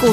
股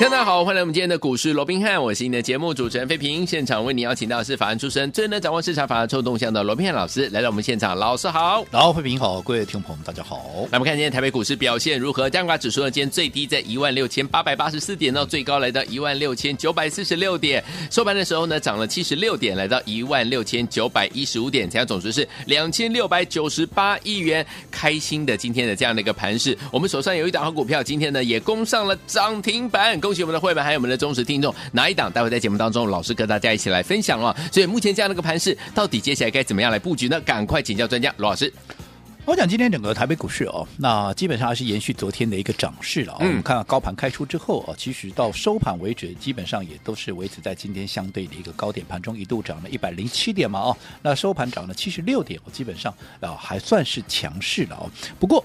大家好，欢迎来我们今天的股市罗宾汉，我是你的节目主持人费平。现场为你邀请到的是法案出身、最能掌握市场法案臭动向的罗宾汉老师，来到我们现场，老师好。然后，慧平好，各位听众朋友们，大家好。来，我们看今天台北股市表现如何？加权指数呢，今天最低在16,884点，哦到最高来到16,946点，收盘的时候呢，涨了76点，来到16,915点，成交总值是2,698亿元。开心的今天的这样的一个盘势，我们手上有一档好股票，今天呢也攻上了涨停板，恭喜我们的会员还有我们的忠实听众。哪一档？待会在节目当中，老师跟大家一起来分享哦。所以目前这样的一个盘势，到底接下来该怎么样来布局呢？赶快请教专家罗老师。我讲今天整个台北股市哦，那基本上还是延续昨天的一个涨势了、哦。嗯我们看到高盘开出之后啊、哦，其实到收盘为止，基本上也都是维持在今天相对的一个高点，盘中一度涨了一百零七点嘛哦，那收盘涨了七十六点，我基本上啊、还算是强势了哦。不过。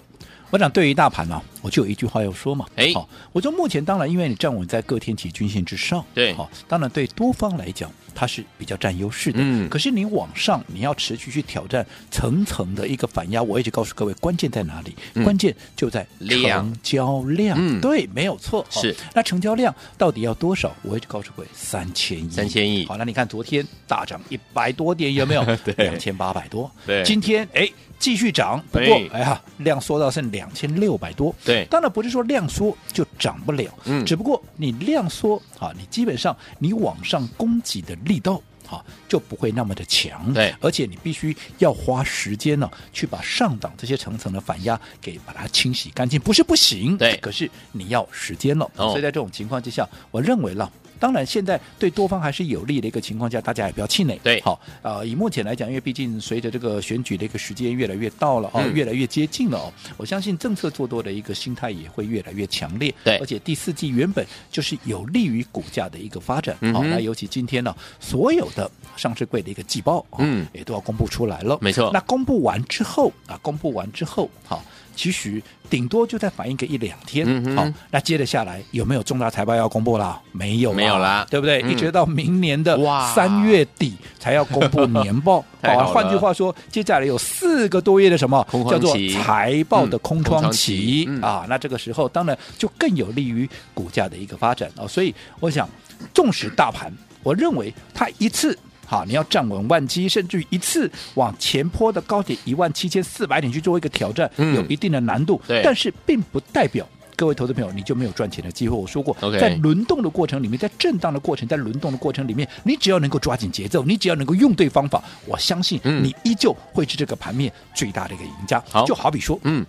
我讲对于大盘呢、我就有一句话要说嘛，哎好、我说目前当然，因为你站稳在各天期均线之上，对好、当然对多方来讲，它是比较占优势的，嗯可是你往上，你要持续去挑战层层的一个反压。我一直告诉各位，关键在哪里？嗯关键就在量成交量。嗯对，没有错。哦是那成交量到底要多少？我一直告诉各位，三千亿。 3000亿好，那你看昨天大涨一百多点，有没有？ 对两千八百多。对今天哎。继续涨，不过哎哎呀，量缩到剩两千六百多。对当然不是说量缩就涨不了，嗯只不过你量缩啊，你基本上你往上攻击的力道。啊，就不会那么的强，对而且你必须要花时间呢、去把上档这些层层的反压给把它清洗干净，不是不行，对可是你要时间了，哦所以在这种情况之下，我认为了。当然，现在对多方还是有利的一个情况下，大家也不要气馁。对好，呃，以目前来讲，因为毕竟随着这个选举的一个时间越来越到了哦，嗯越来越接近了哦，我相信政策做多的一个心态也会越来越强烈。对而且第四季原本就是有利于股价的一个发展。好、嗯哼那尤其今天呢、所有的上市柜的一个季报，哦嗯也都要公布出来了。没错那公布完之后啊，公布完之后，好、其实顶多就再反映个一两天。嗯哼好、那接着下来有没有重大财报要公布啦？没有，没有啦对不对？嗯一直到明年的哇三月底才要公布年报。 太好了换句话说，接下来有四个多月的什么空叫窗做期财报的嗯空空窗窗期期嗯啊？那这个时候当然就更有利于股价的一个发展哦。所以我想，纵使大盘，我认为它一次。好，你要站稳万基，甚至于一次往前坡的高点一万七千四百点去做一个挑战，嗯有一定的难度，对但是并不代表各位投资朋友你就没有赚钱的机会。我说过 OK 在轮动的过程里面，在震荡的过程，在轮动的过程里面，你只要能够抓紧节奏，你只要能够用对方法，我相信嗯你依旧会是这个盘面最大的一个赢家。好就好比说，嗯，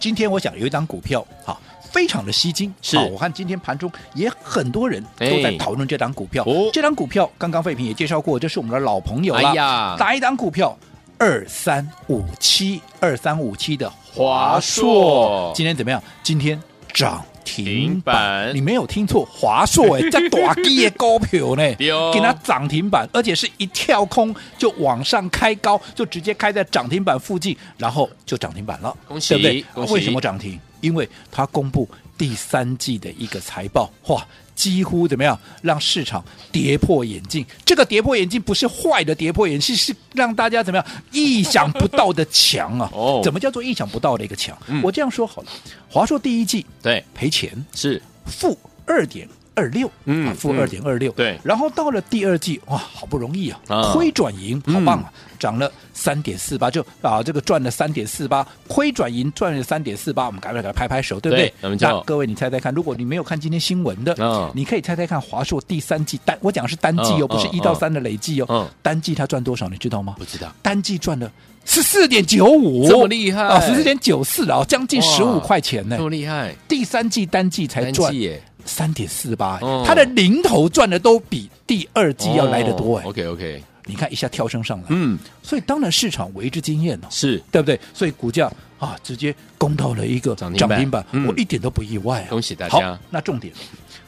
今天我想有一张股票，好。非常的吸睛，是好我看今天盘中也很多人哎都在讨论这张股票。哦这张股票刚刚费平也介绍过，这是我们的老朋友了。哎 呀哪一档股票？二三五七，二三五七的华华硕硕，今天怎么样？今天涨停停板板，你没有听错，华硕哎，这大基的股票 呢对哦，给它涨停板，而且是一跳空就往上开高，就直接开在涨停板附近，然后就涨停板了，恭喜对不恭对？喜为什么涨停？因为它公布第三季的一个财报，哇！几乎怎么样让市场跌破眼镜？这个跌破眼镜不是坏的跌破眼镜，是让大家怎么样意想不到的强啊！哦怎么叫做意想不到的一个强？嗯我这样说好了，华硕第一季对，赔钱，是负二点二六，嗯啊负嗯二点二六，对然后到了第二季，哇，好不容易啊，啊亏转盈，嗯好棒啊，涨了三点四八，就啊这个赚了三点四八，亏转盈赚了三点四八，我们赶快给他拍拍手，对不对对？我们就那各位你猜猜看，如果你没有看今天新闻的，嗯你可以猜猜看华硕第三季单，我讲的是单季哦，嗯不是嗯一到三的累计哦，嗯单季它赚多少，你知道吗？不知道单季赚了十四点九五，哦这么厉害哎啊，十四点九四啊，将近哇十五块钱呢这。么厉害，第三季单季才单赚季耶三点四八哎哦，它的零头赚的都比第二季要来的多哎、 OK OK，你看一下跳升上来，嗯，所以当然市场为之惊艳哦，是对不对？所以股价啊直接攻到了一个涨停涨板停板，嗯我一点都不意外啊！恭喜大家好，那重点，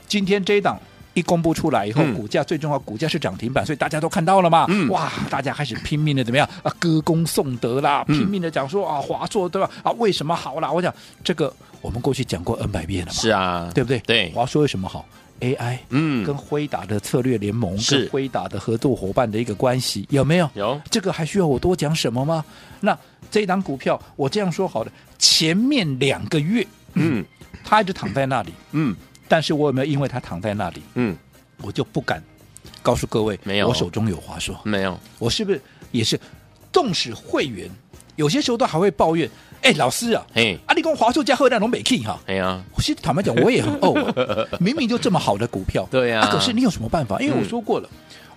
今天这一档一公布出来以后，嗯股价最重要，股价是涨停板，所以大家都看到了嘛，嗯哇，大家开始拼命的怎么样啊，歌功颂德啦，嗯拼命的讲说啊，华硕对吧？啊，为什么好啦？我讲这个我们过去讲过 N 百遍了嘛，是啊，对不对？对，华硕为什么好？AI，嗯跟辉达的策略联盟，是跟辉达的合作伙伴的一个关系，有没有？有这个还需要我多讲什么吗？那这一档股票，我这样说好了，前面两个月，嗯它一直躺在 那里，嗯但是我有没有因为它躺在那里，嗯，我就不敢告诉各位，没有我手中有华硕，没有，我是不是也是，纵使会员有些时候都还会抱怨，哎，老师啊，嘿，啊，你跟华硕加贺那龙美 K 哈、哎呀，其实坦白讲，我也很 怄啊、明明就这么好的股票，啊对呀嗯可是你有什么办法？因为我说过了，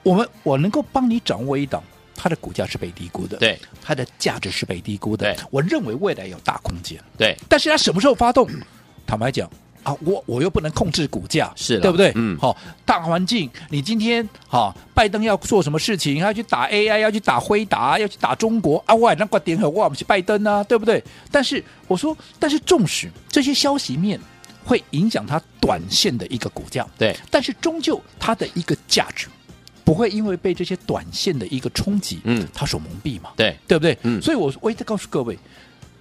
我们我能够帮你掌握一档，它的股价是被低估的，对，它的价值是被低估的对，我认为未来有大空间，对，但是它什么时候发动？坦白讲。啊，我我又不能控制股价，是啦对不对？嗯好、大环境，你今天好、拜登要做什么事情？他要去打 AI，要去打辉达，要去打中国啊！我也那个点很哇，我们是拜登啊，对不对？但是我说，但是纵使这些消息面会影响它短线的一个股价，对，但是终究它的一个价值不会因为被这些短线的一个冲击，嗯它所蒙蔽嘛，对，对不对？嗯所以我我一直告诉各位，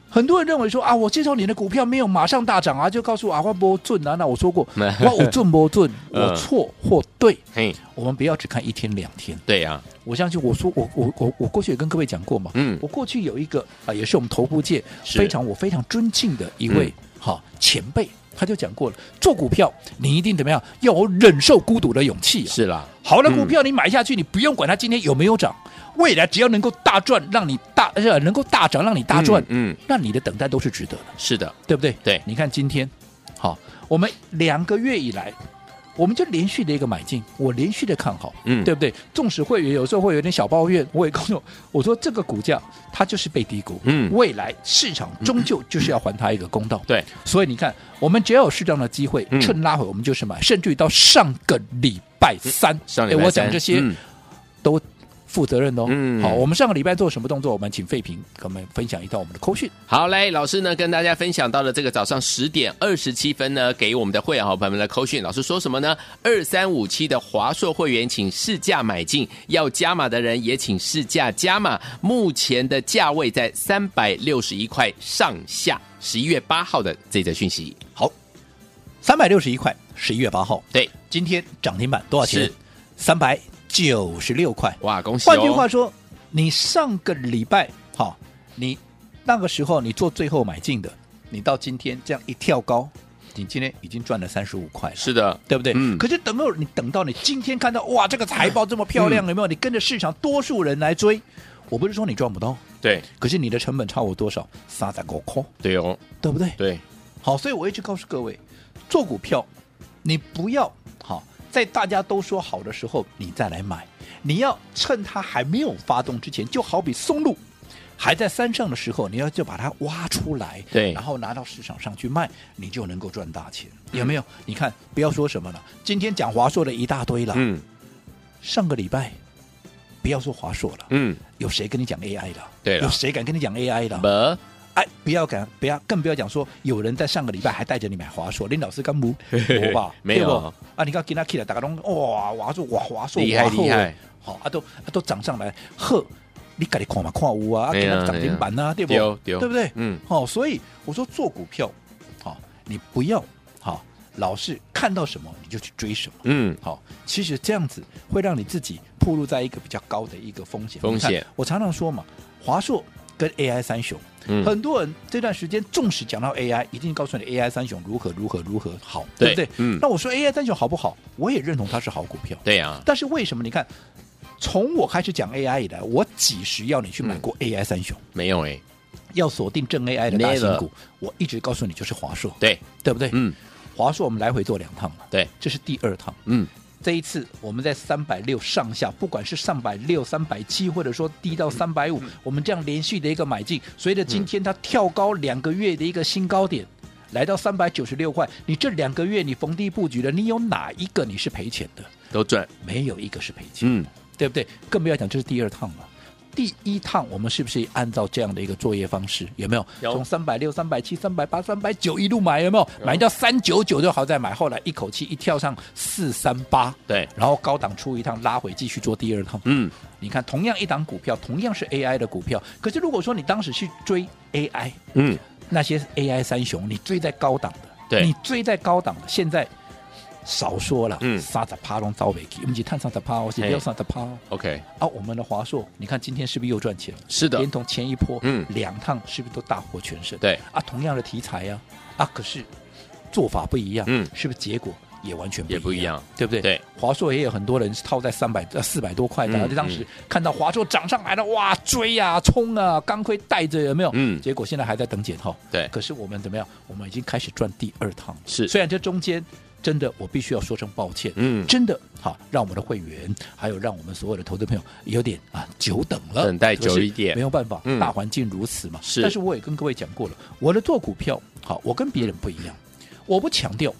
很多人认为说啊，我介绍你的股票没有马上大涨啊，就告诉我啊，我不准啊。那我说 过，我我准不准，嗯我错或对，嘿，我们不要只看一天两天。对呀，我相信我说我我我我过去也跟各位讲过嘛，嗯我过去有一个啊、也是我们头部界是嗯非常我非常尊敬的一位好、前辈，他就讲过了，做股票你一定怎么样，要有忍受孤独的勇气、啊。是啦，好的股票你买下去，你不用管它今天有没有涨，未来只要能够大赚，让你大呃能够大涨，让你大赚，嗯，那你的等待都是值得的，嗯是的，对不对？对你看今天，好，我们两个月以来。我们就连续的一个买进，我连续的看好，嗯对不对？纵使会员有时候会有点小抱怨，我也告诉我，我说这个股价它就是被低估，嗯未来市场终究就是要还它一个公道，对，所以你看，我们只要有适当的机会，嗯趁拉回我们就是买，甚至于到上个礼拜三，嗯上礼哎拜我三讲这些嗯都负责任哦。嗯好，我们上个礼拜做什么动作？我们请费平跟我们分享一段我们的扣讯。好，来，老师呢跟大家分享到了这个早上十点二十七分呢，给我们的会员好朋友们的扣讯，老师说什么呢？二三五七的华硕会员，请试驾买进，要加码的人也请试驾加码，目前的价位在三百六十一块上下。十一月八号的这则讯息，好，三百六十一块，十一月八号，对，今天涨停板多少钱是？三百九十六块。哇，恭喜、哦！换句话说，你上个礼拜好，你那个时候你做最后买进的，你到今天这样一跳高，你今天已经赚了三十五块了。是的，对不对？嗯可是等到你等到你今天看到哇，这个财报这么漂嗯亮，有没有？你跟着市场多数人来追，我不是说你赚不到，对，可是你的成本差我多少？三十五块，对哦，对不对？对，好，所以我一直告诉各位，做股票你不要好在大家都说好的时候你再来买，你要趁它还没有发动之前，就好比松露。还在山上的时候，你要就把它挖出来，对然后拿到市场上去卖，你就能够赚大钱，有没有？你看，不要说什么了，今天讲华硕的一大堆了，嗯上个礼拜不要说华硕了，嗯，有谁跟你讲 AI 了？对了有谁敢跟你讲 AI 了？不，哎，不要敢，不要，更不要讲说有人在上个礼拜还带着你买华硕，林老师干不？我吧，没有对不啊！你看给他起来，大家都哇，华硕哇，华硕厉害哇好厉害，好啊，都啊都涨上来，呵，你赶紧看嘛，看有啊，哎给呀他涨停板 啊，对不？丢对丢不对？嗯，哦，所以我说做股票，好，你不要好，老是看到什么你就去追什么。嗯，好，其实这样子会让你自己暴露在一个比较高的一个风险。风险你看，我常常说嘛，华硕跟 AI 三雄，嗯很多人这段时间纵使讲到 AI，一定告诉你 AI 三雄如何如何如何好，对不对？嗯那我说 AI 三雄好不好？我也认同它是好股票，对啊呀，但是为什么？你看，从我开始讲 AI 以来，我几时要你去买嗯过 AI 三雄？没有哎，要锁定正 AI 的大型股，我一直告诉你就是华硕，对，对不对？嗯，华硕我们来回做两趟了，对，这是第二趟。嗯，这一次我们在三百六上下，不管是上百六、三百七，或者说低嗯到三百五，我们这样连续的一个买进，随着今天它跳高两个月的一个新高点。来到三百九十六块，你这两个月你逢低布局的，你有哪一个你是赔钱的？都赚，没有一个是赔钱，嗯，对不对？更不要讲这是第二趟了。第一趟我们是不是按照这样的一个作业方式？有没有？有从三百六、三百七、三百八、三百九一路买，有没有？买到三九九就好再买，后来一口气一跳上四三八，对然后高档出一趟拉回，继续做第二趟。嗯，你看，同样一档股票，同样是 AI 的股票，可是如果说你当时去追 AI，嗯，那些 AI 三雄，你追在高档的，对你追在高档的，现在少说了，嗯三十趴拢走不去，我们去探三十趴哦，是嘿六三十趴哦。 ，OK，啊，我们的华硕，你看今天是不是又赚钱了？是的连同前一波，嗯两趟是不是都大获全胜？对啊，同样的题材呀、啊，可是做法不一样，嗯是不是结果也完全不一也样？不一样对不对？对，华硕也有很多人是套在三百呃四百多块的啊，嗯就当时看到华硕涨上来了，哇，追呀、冲啊，钢盔带着有没有？嗯哎结果现在还在等解套。对可是我们怎么样？我们已经开始赚第二趟了，是虽然这中间真的我必须要说声抱歉，嗯真的好，让我们的会员，还有让我们所有的投资朋友有点啊久等了，等待可是久一点没有办法，嗯大环境如此嘛。是但是我也跟各位讲过了，我的做股票，好，我跟别人不一样，我不强调。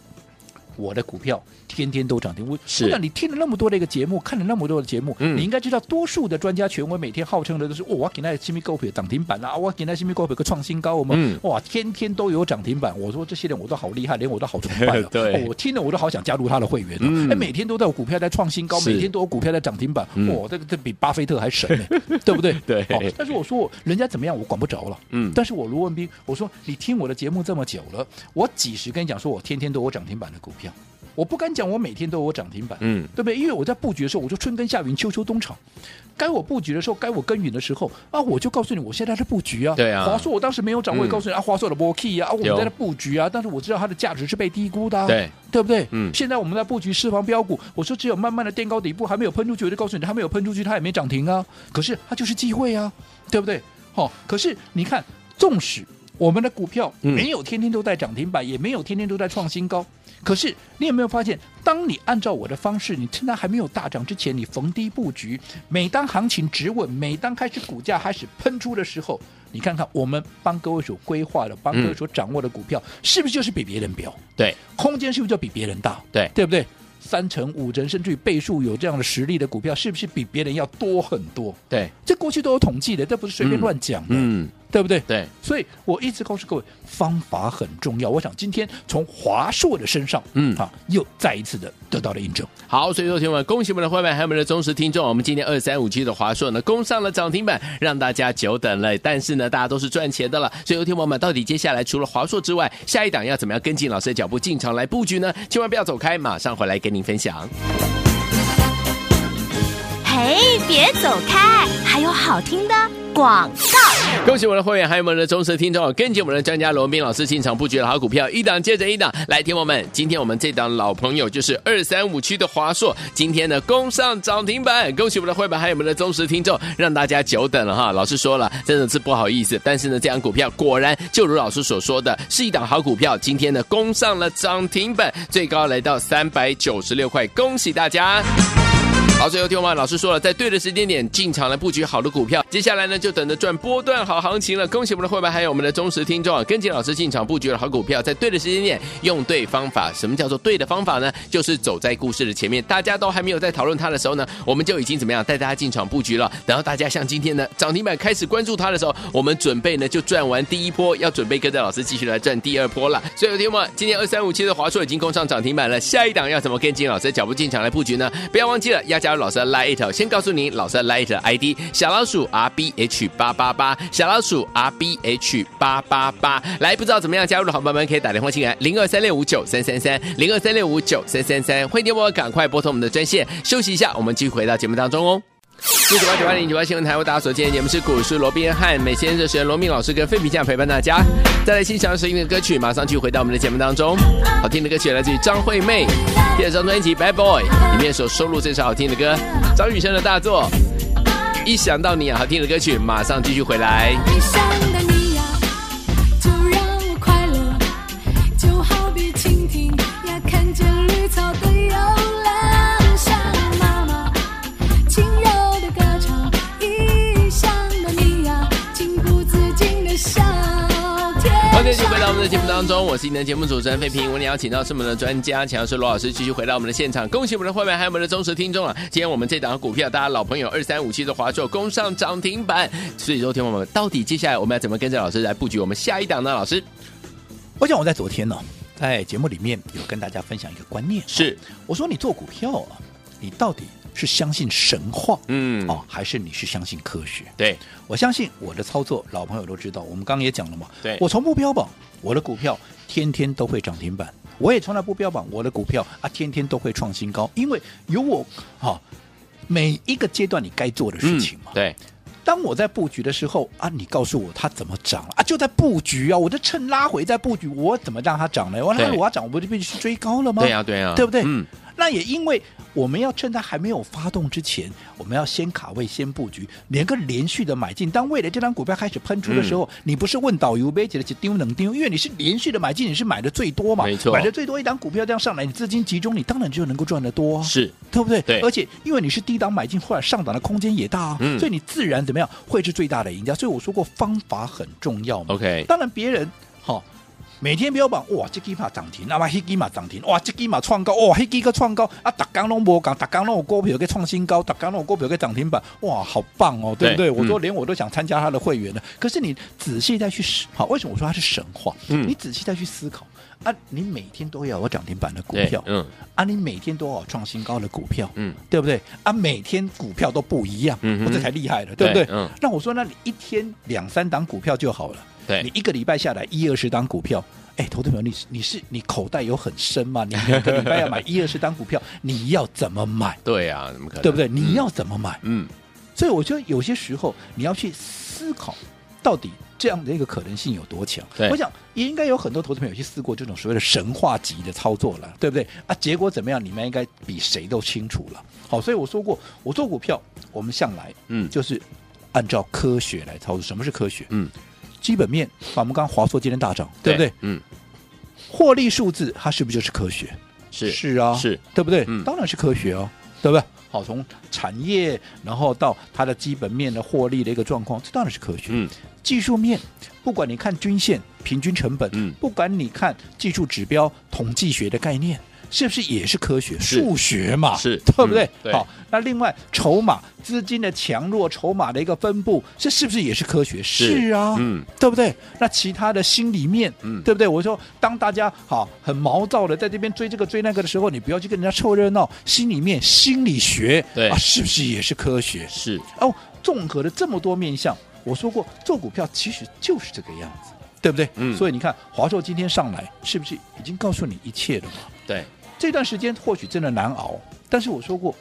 我的股票天天都涨停，我是不然你听了那么多的一个节目，看了那么多的节目，嗯你应该知道，多数的专家权威每天号称的都是，哦，我给那新密高票涨停板啊，我给那新密高票个创新高，我们、嗯。哇，天天都有涨停板。我说这些人我都好厉害，连我都好崇拜了 对哦我听了我都好想加入他的会员、哦。嗯哎、每天都在有股票在创新高，是每天都有股票在涨停板。嗯哇，这个这比巴菲特还神呢、 对不对？ 对哦但是我说我人家怎么样，我管不着了。嗯但是我卢文斌，我说你听我的节目这么久了，我几时跟你讲说我天天都有涨停板的股票？我不敢讲我每天都有涨停板。嗯，对不对？因为我在布局的时候，我就春耕夏耘，秋收冬藏。该我布局的时候，该我耕耘的时候啊，我就告诉你，我现在在布局啊。对啊华硕我当时没有掌嗯握，也告诉你、啊，华硕的 b key 啊，啊我有们在那布局啊，但是我知道它的价值是被低估的、啊，对对不对？嗯现在我们在布局市房标股，我说只有慢慢的垫高底部，还没有喷出去，我就告诉你，它没有喷出去，它也没涨停啊。可是它就是机会啊，对不对？好、可是你看，纵使我们的股票嗯没有天天都在涨停板，也没有天天都在创新高，可是你有没有发现，当你按照我的方式，你趁它还没有大涨之前，你逢低布局，每当行情止稳，每当开始股价开始喷出的时候，你看看我们帮各位所规划的、帮各嗯位所掌握的股票，是不是就是比别人标？对空间是不是就比别人大？对对不对？三成、五成，甚至于倍数有这样的实力的股票，是不是比别人要多很多？对，这过去都有统计的，这不是随便乱讲的，嗯，对不对？对，所以我一直告诉各位，方法很重要。我想今天从华硕的身上，嗯啊，又再一次的得到了印证。好，所以说，听众们，恭喜我们的会员，还有我们的忠实听众。我们今天二三五七的华硕呢，攻上了涨停板，让大家久等了。但是呢，大家都是赚钱的了。所以，有听友们，到底接下来除了华硕之外，下一档要怎么样跟进老师的脚步进场来布局呢？千万不要走开，马上回来跟您分享。嘿，别走开，还有好听的广告。恭喜我们的会员，还有我们的忠实听众，跟紧我们的专家罗文斌老师进场布局的好股票，一档接着一档。来，听我们，今天我们这档老朋友就是二三五区的华硕，今天呢攻上涨停板，恭喜我们的会员，还有我们的忠实听众，让大家久等了哈。老师说了，真的是不好意思，但是呢，这档股票果然就如老师所说的，是一档好股票，今天呢攻上了涨停板，最高来到三百九十六块，恭喜大家！好，最后听完老师说了，在对的时间点进场来布局好的股票，接下来呢就等着赚波段好行情了。恭喜我们的会员，还有我们的忠实听众啊，跟紧老师进场布局的好股票，在对的时间点用对方法。什么叫做对的方法呢？就是走在故事的前面，大家都还没有在讨论它的时候呢，我们就已经怎么样带大家进场布局了。然后大家像今天呢涨停板开始关注它的时候，我们准备呢就赚完第一波，要准备跟着老师继续来赚第二波了。所以有听们，今天二三五七的华硕已经攻上涨停板了，下一档要怎么跟进老师的脚步进场来布局呢？不要忘记了要加入老师的 Lite，先告诉您老师的 Lite ID 小老鼠 R B H 八八八，小老鼠 R B H 八八八。来，不知道怎么样加入的好朋友们可以打电话进来零二三六五九三三三零二三六五九三三三，欢迎电波赶快拨通我们的专线，休息一下，我们继续回到节目当中哦。六九八九八零九八新闻台，为大家所见的节目是股市罗宾汉，每天的时间罗密老师跟费皮酱陪伴大家。再来欣赏收听的歌曲，马上就回到我们的节目当中。好听的歌曲来自于张惠妹，第二张专辑《Bad Boy》里面所收录这首好听的歌，张雨生的大作。一想到你啊，好听的歌曲，马上继续回来。一想到你呀，就让我快乐，就好比蜻蜓呀看见绿草的幽蓝，像妈妈轻柔的歌唱。一想到你呀，情不自禁的笑。欢迎继续回到我们的的节目当中，我是您的节目主持人费平。我们邀请到是我们的专家强势罗老师，继续回到我们的现场。恭喜我们的会员还有我们的忠实听众啊！今天我们这档股票，大家老朋友二三五七的华硕攻上涨停板。所以说，听我们到底接下来我们要怎么跟着老师来布局我们下一档呢？老师我想我在昨天呢、在节目里面有跟大家分享一个观念，是我说你做股票啊，你到底是相信神话，嗯哦，还是你是相信科学？对我相信我的操作，老朋友都知道，我们刚刚也讲了嘛，对我从不标榜我的股票天天都会涨停板，我也从来不标榜我的股票啊天天都会创新高，因为有我哈、每一个阶段你该做的事情嘛。嗯对，当我在布局的时候啊，你告诉我它怎么涨了啊，就在布局啊，我就趁拉回在布局，我怎么让它涨呢？我对让我要涨，我不就必须追高了吗？对呀、对呀、对不对？嗯，那也因为我们要趁它还没有发动之前，我们要先卡位、先布局，连个连续的买进。当未来这张股票开始喷出的时候，嗯你不是问导游呗，姐的丢能丢，因为你是连续的买进，你是买的最多嘛，没错买的最多一档股票这样上来，你资金集中，你当然就能够赚得多、啊，是对不对？对而且因为你是低档买进，后来上档的空间也大啊，嗯所以你自然怎么样会是最大的赢家。所以我说过，方法很重要嘛。 OK，当然别人好、齁每天标榜哇，这支嘛涨停，啊嘛，迄支嘛涨停，哇，这支嘛创高，哇，迄支个创高，啊，逐天拢无讲，逐天拢有股票给创新高，逐天拢有股票给涨停板，哇，好棒哦，对不对对？我说嗯连我都想参加他的会员了。可是你仔细再去思好，为什么我说它是神话？嗯你仔细再去思考啊，你每天都要有涨停板的股票，对嗯啊，你每天都要有创新高的股票，嗯，对不对？啊，每天股票都不一样，嗯哼我这才厉害了，对不对对？嗯那我说，那你一天两三档股票就好了，对你一个礼拜下来一二十档股票。哎，投资朋友，你你是你口袋有很深吗？你每个礼拜要买一二十档股票，你要怎么买？对呀、怎么可能？对不对？你要怎么买？嗯，所以我觉得有些时候你要去思考，到底这样的一个可能性有多强对。我想也应该有很多投资朋友去试过这种所谓的神话级的操作了，对不对？啊，结果怎么样？你们应该比谁都清楚了。好，所以我说过，我做股票，我们向来嗯就是按照科学来操作。什么是科学？嗯，基本面，啊我们刚刚华硕今天大涨，对不对？？嗯，获利数字它是不是就是科学？是啊，是，对不对？嗯当然是科学哦，对不对？好，从产业，然后到它的基本面的获利的一个状况，这当然是科学。嗯，技术面，不管你看均线、平均成本，嗯不管你看技术指标、统计学的概念。是不是也是科学？是数学嘛，是对不对嗯？对好，那另外筹码资金的强弱、筹码的一个分布，这是不是也是科学？是啊，嗯，对不对？那其他的心里面，嗯对不对？我说，当大家好很毛躁的在这边追这个追那个的时候，你不要去跟人家凑热闹，心里面心理学，对啊，是不是也是科学？是哦，综合了这么多面相，我说过，做股票其实就是这个样子，对不对？嗯所以你看，华硕今天上来，是不是已经告诉你一切了嘛？对，这段时间或许真的难熬，但是我说过，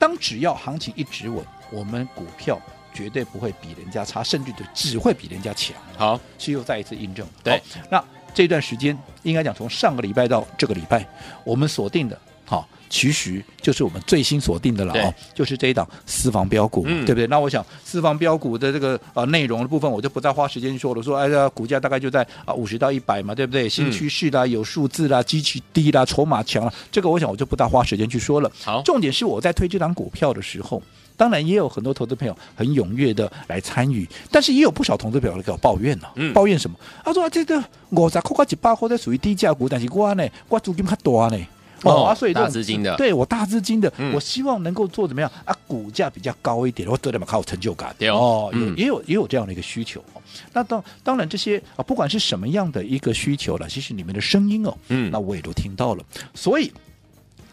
当只要行情一直稳，我们股票绝对不会比人家差，甚至就只会比人家强。好，是又再一次印证。对好，那这段时间应该讲从上个礼拜到这个礼拜，我们锁定的，好、其实就是我们最新锁定的了对哦，就是这一档私房标股嘛，嗯对不对？那我想私房标股的这个呃内容的部分，我就不再花时间说了。说哎呀，股价大概就在啊五十到一百嘛，对不对？嗯新趋势啦，有数字啦，基期低啦，筹码强啦，这个我想我就不大花时间去说了。好重点是我在推这档股票的时候，当然也有很多投资朋友很踊跃的来参与，但是也有不少投资朋友给我抱怨呢、啊嗯抱怨什么？他说、啊、这个五十块到一百块，这属于低价股，但是我呢，我资金较大呢。哦啊，所以这种大资金的对我大资金的，嗯我希望能够做怎么样啊？股价比较高一点，我做得嘛靠成就感。对哦嗯也也有也有这样的一个需求。哦那当当然这些啊，不管是什么样的一个需求了，其实你们的声音哦，嗯那我也都听到了。所以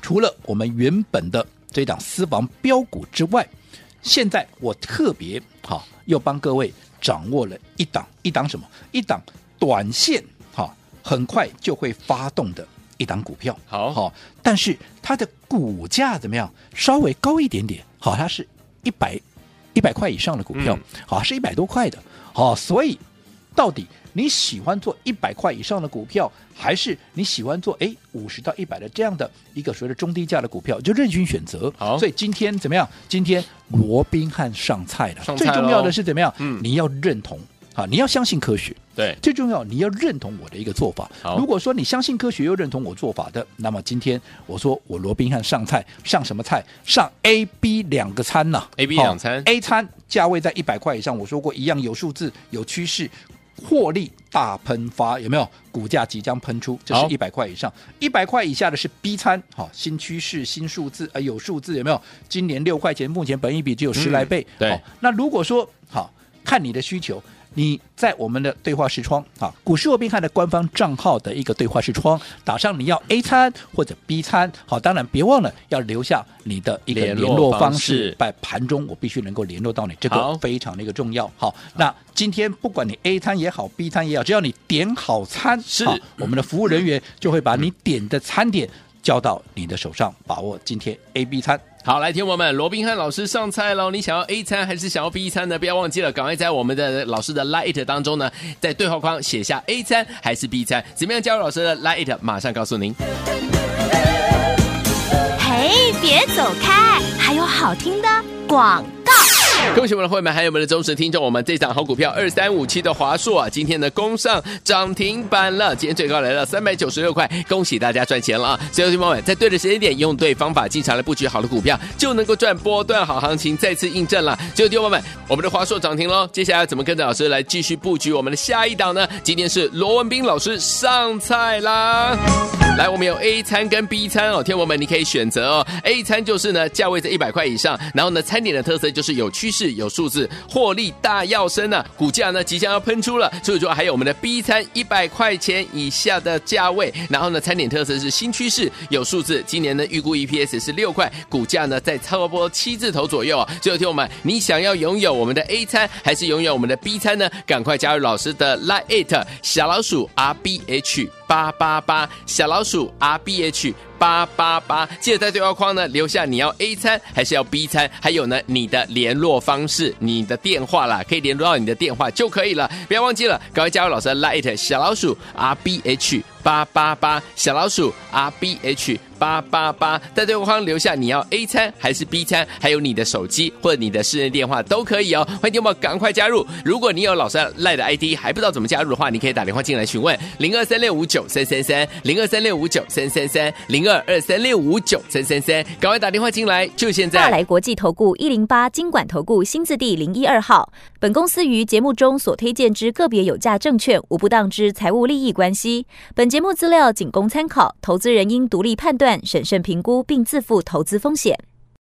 除了我们原本的这档私房标股之外，现在我特别好、又帮各位掌握了一档一档什么一档短线好、很快就会发动的一档股票，好好、但是它的股价怎么样？稍微高一点点，好、它是一百一百块以上的股嗯票，好、是一百多块的，好、所以到底你喜欢做一百块以上的股票，还是你喜欢做哎五十到一百的这样的一个所谓的中低价的股票，就任君选择。好所以今天怎么样？今天罗宾汉上菜了，上菜最咯重要的是怎么样？嗯你要认同啊，你要相信科学。对，最重要，你要认同我的一个做法好。如果说你相信科学又认同我做法的，那么今天我说我罗宾汉上菜，上什么菜？上 A、B 两个餐呐、 A B 好两餐 A 餐价位在一百块以上，我说过一样有数字有趋势。获利大喷发，有没有？股价即将喷出，这好是一百块以上，一百块以下的是 B 餐，好、新趋势、新数字，呃，有数字有没有？今年六块钱，目前本益比只有十嗯来倍，对好那如果说好看你的需求，你在我们的对话视窗啊，股市罗宾汉的官方账号的一个对话视窗，打上你要 A 餐或者 B 餐，好，当然别忘了要留下你的一个联联络络方方式式，在盘中我必须能够联络到你，这好个非常的一个重要。好，那今天不管你 A 餐也好，B 餐也好，只要你点好餐，是好我们的服务人员就会把你点的餐点交到你的手上，把握今天 A、B 餐。好，来，听我们，罗宾汉老师上菜喽！你想要 A 餐还是想要 B 餐呢？不要忘记了，赶快在我们的老师的 Lite 当中呢，在对话框写下 A 餐还是 B 餐，怎么样加入老师的 Lite？马上告诉您。嘿，别走开，还有好听的广告。恭喜我们的会员们，还有我们的忠实听众，我们这档好股票二三五七的华硕啊，今天呢攻上涨停板了，今天最高来到三百九十六块，恭喜大家赚钱了啊！所以，听众朋友们，在对的时间点，用对方法进场来布局好的股票，就能够赚波段好行情，再次印证了。所以，听众朋友们，我们的华硕涨停喽，接下来要怎么跟着老师来继续布局我们的下一档呢？今天是罗文斌老师上菜啦。来，我们有 A 餐跟 B 餐哦，天王们你可以选择哦。A 餐就是呢，价位在一百块以上，然后呢，餐点的特色就是有趋势、有数字，获利大要升啊，股价呢即将要喷出了。所以说还有我们的 B 餐一百块钱以下的价位，然后呢，餐点特色是新趋势、有数字，今年呢预估 EPS 是六块，股价呢在差不多七字头左右啊。所以天王们，你想要拥有我们的 A 餐还是拥有我们的 B 餐呢？赶快加入老师的 Line It 小老鼠 R B H。八八八，小老鼠 R B H 八八八，记得在对话框呢留下你要 A 餐还是要 B 餐，还有呢你的联络方式、你的电话啦，可以联络到你的电话就可以了，不要忘记了，赶快加入老师的 Light 小老鼠 R B H 八八八，小老鼠 R B H 八八八，在对话框留下你要 A 餐还是 B 餐，还有你的手机或者你的私人电话都可以哦。欢迎听众朋友赶快加入。如果你有老师赖的 ID 还不知道怎么加入的话，你可以打电话进来询问零二三六五九三三三零二三六五九三三三零二二三六五九三三三，赶快打电话进来，就现大在。来国际投顾一零八金管投顾新字第零一二号。本公司于节目中所推荐之个别有价证券，无不当之财务利益关系。本节目资料仅供参考，投资人应独立判断、审慎评估，并自负投资风险。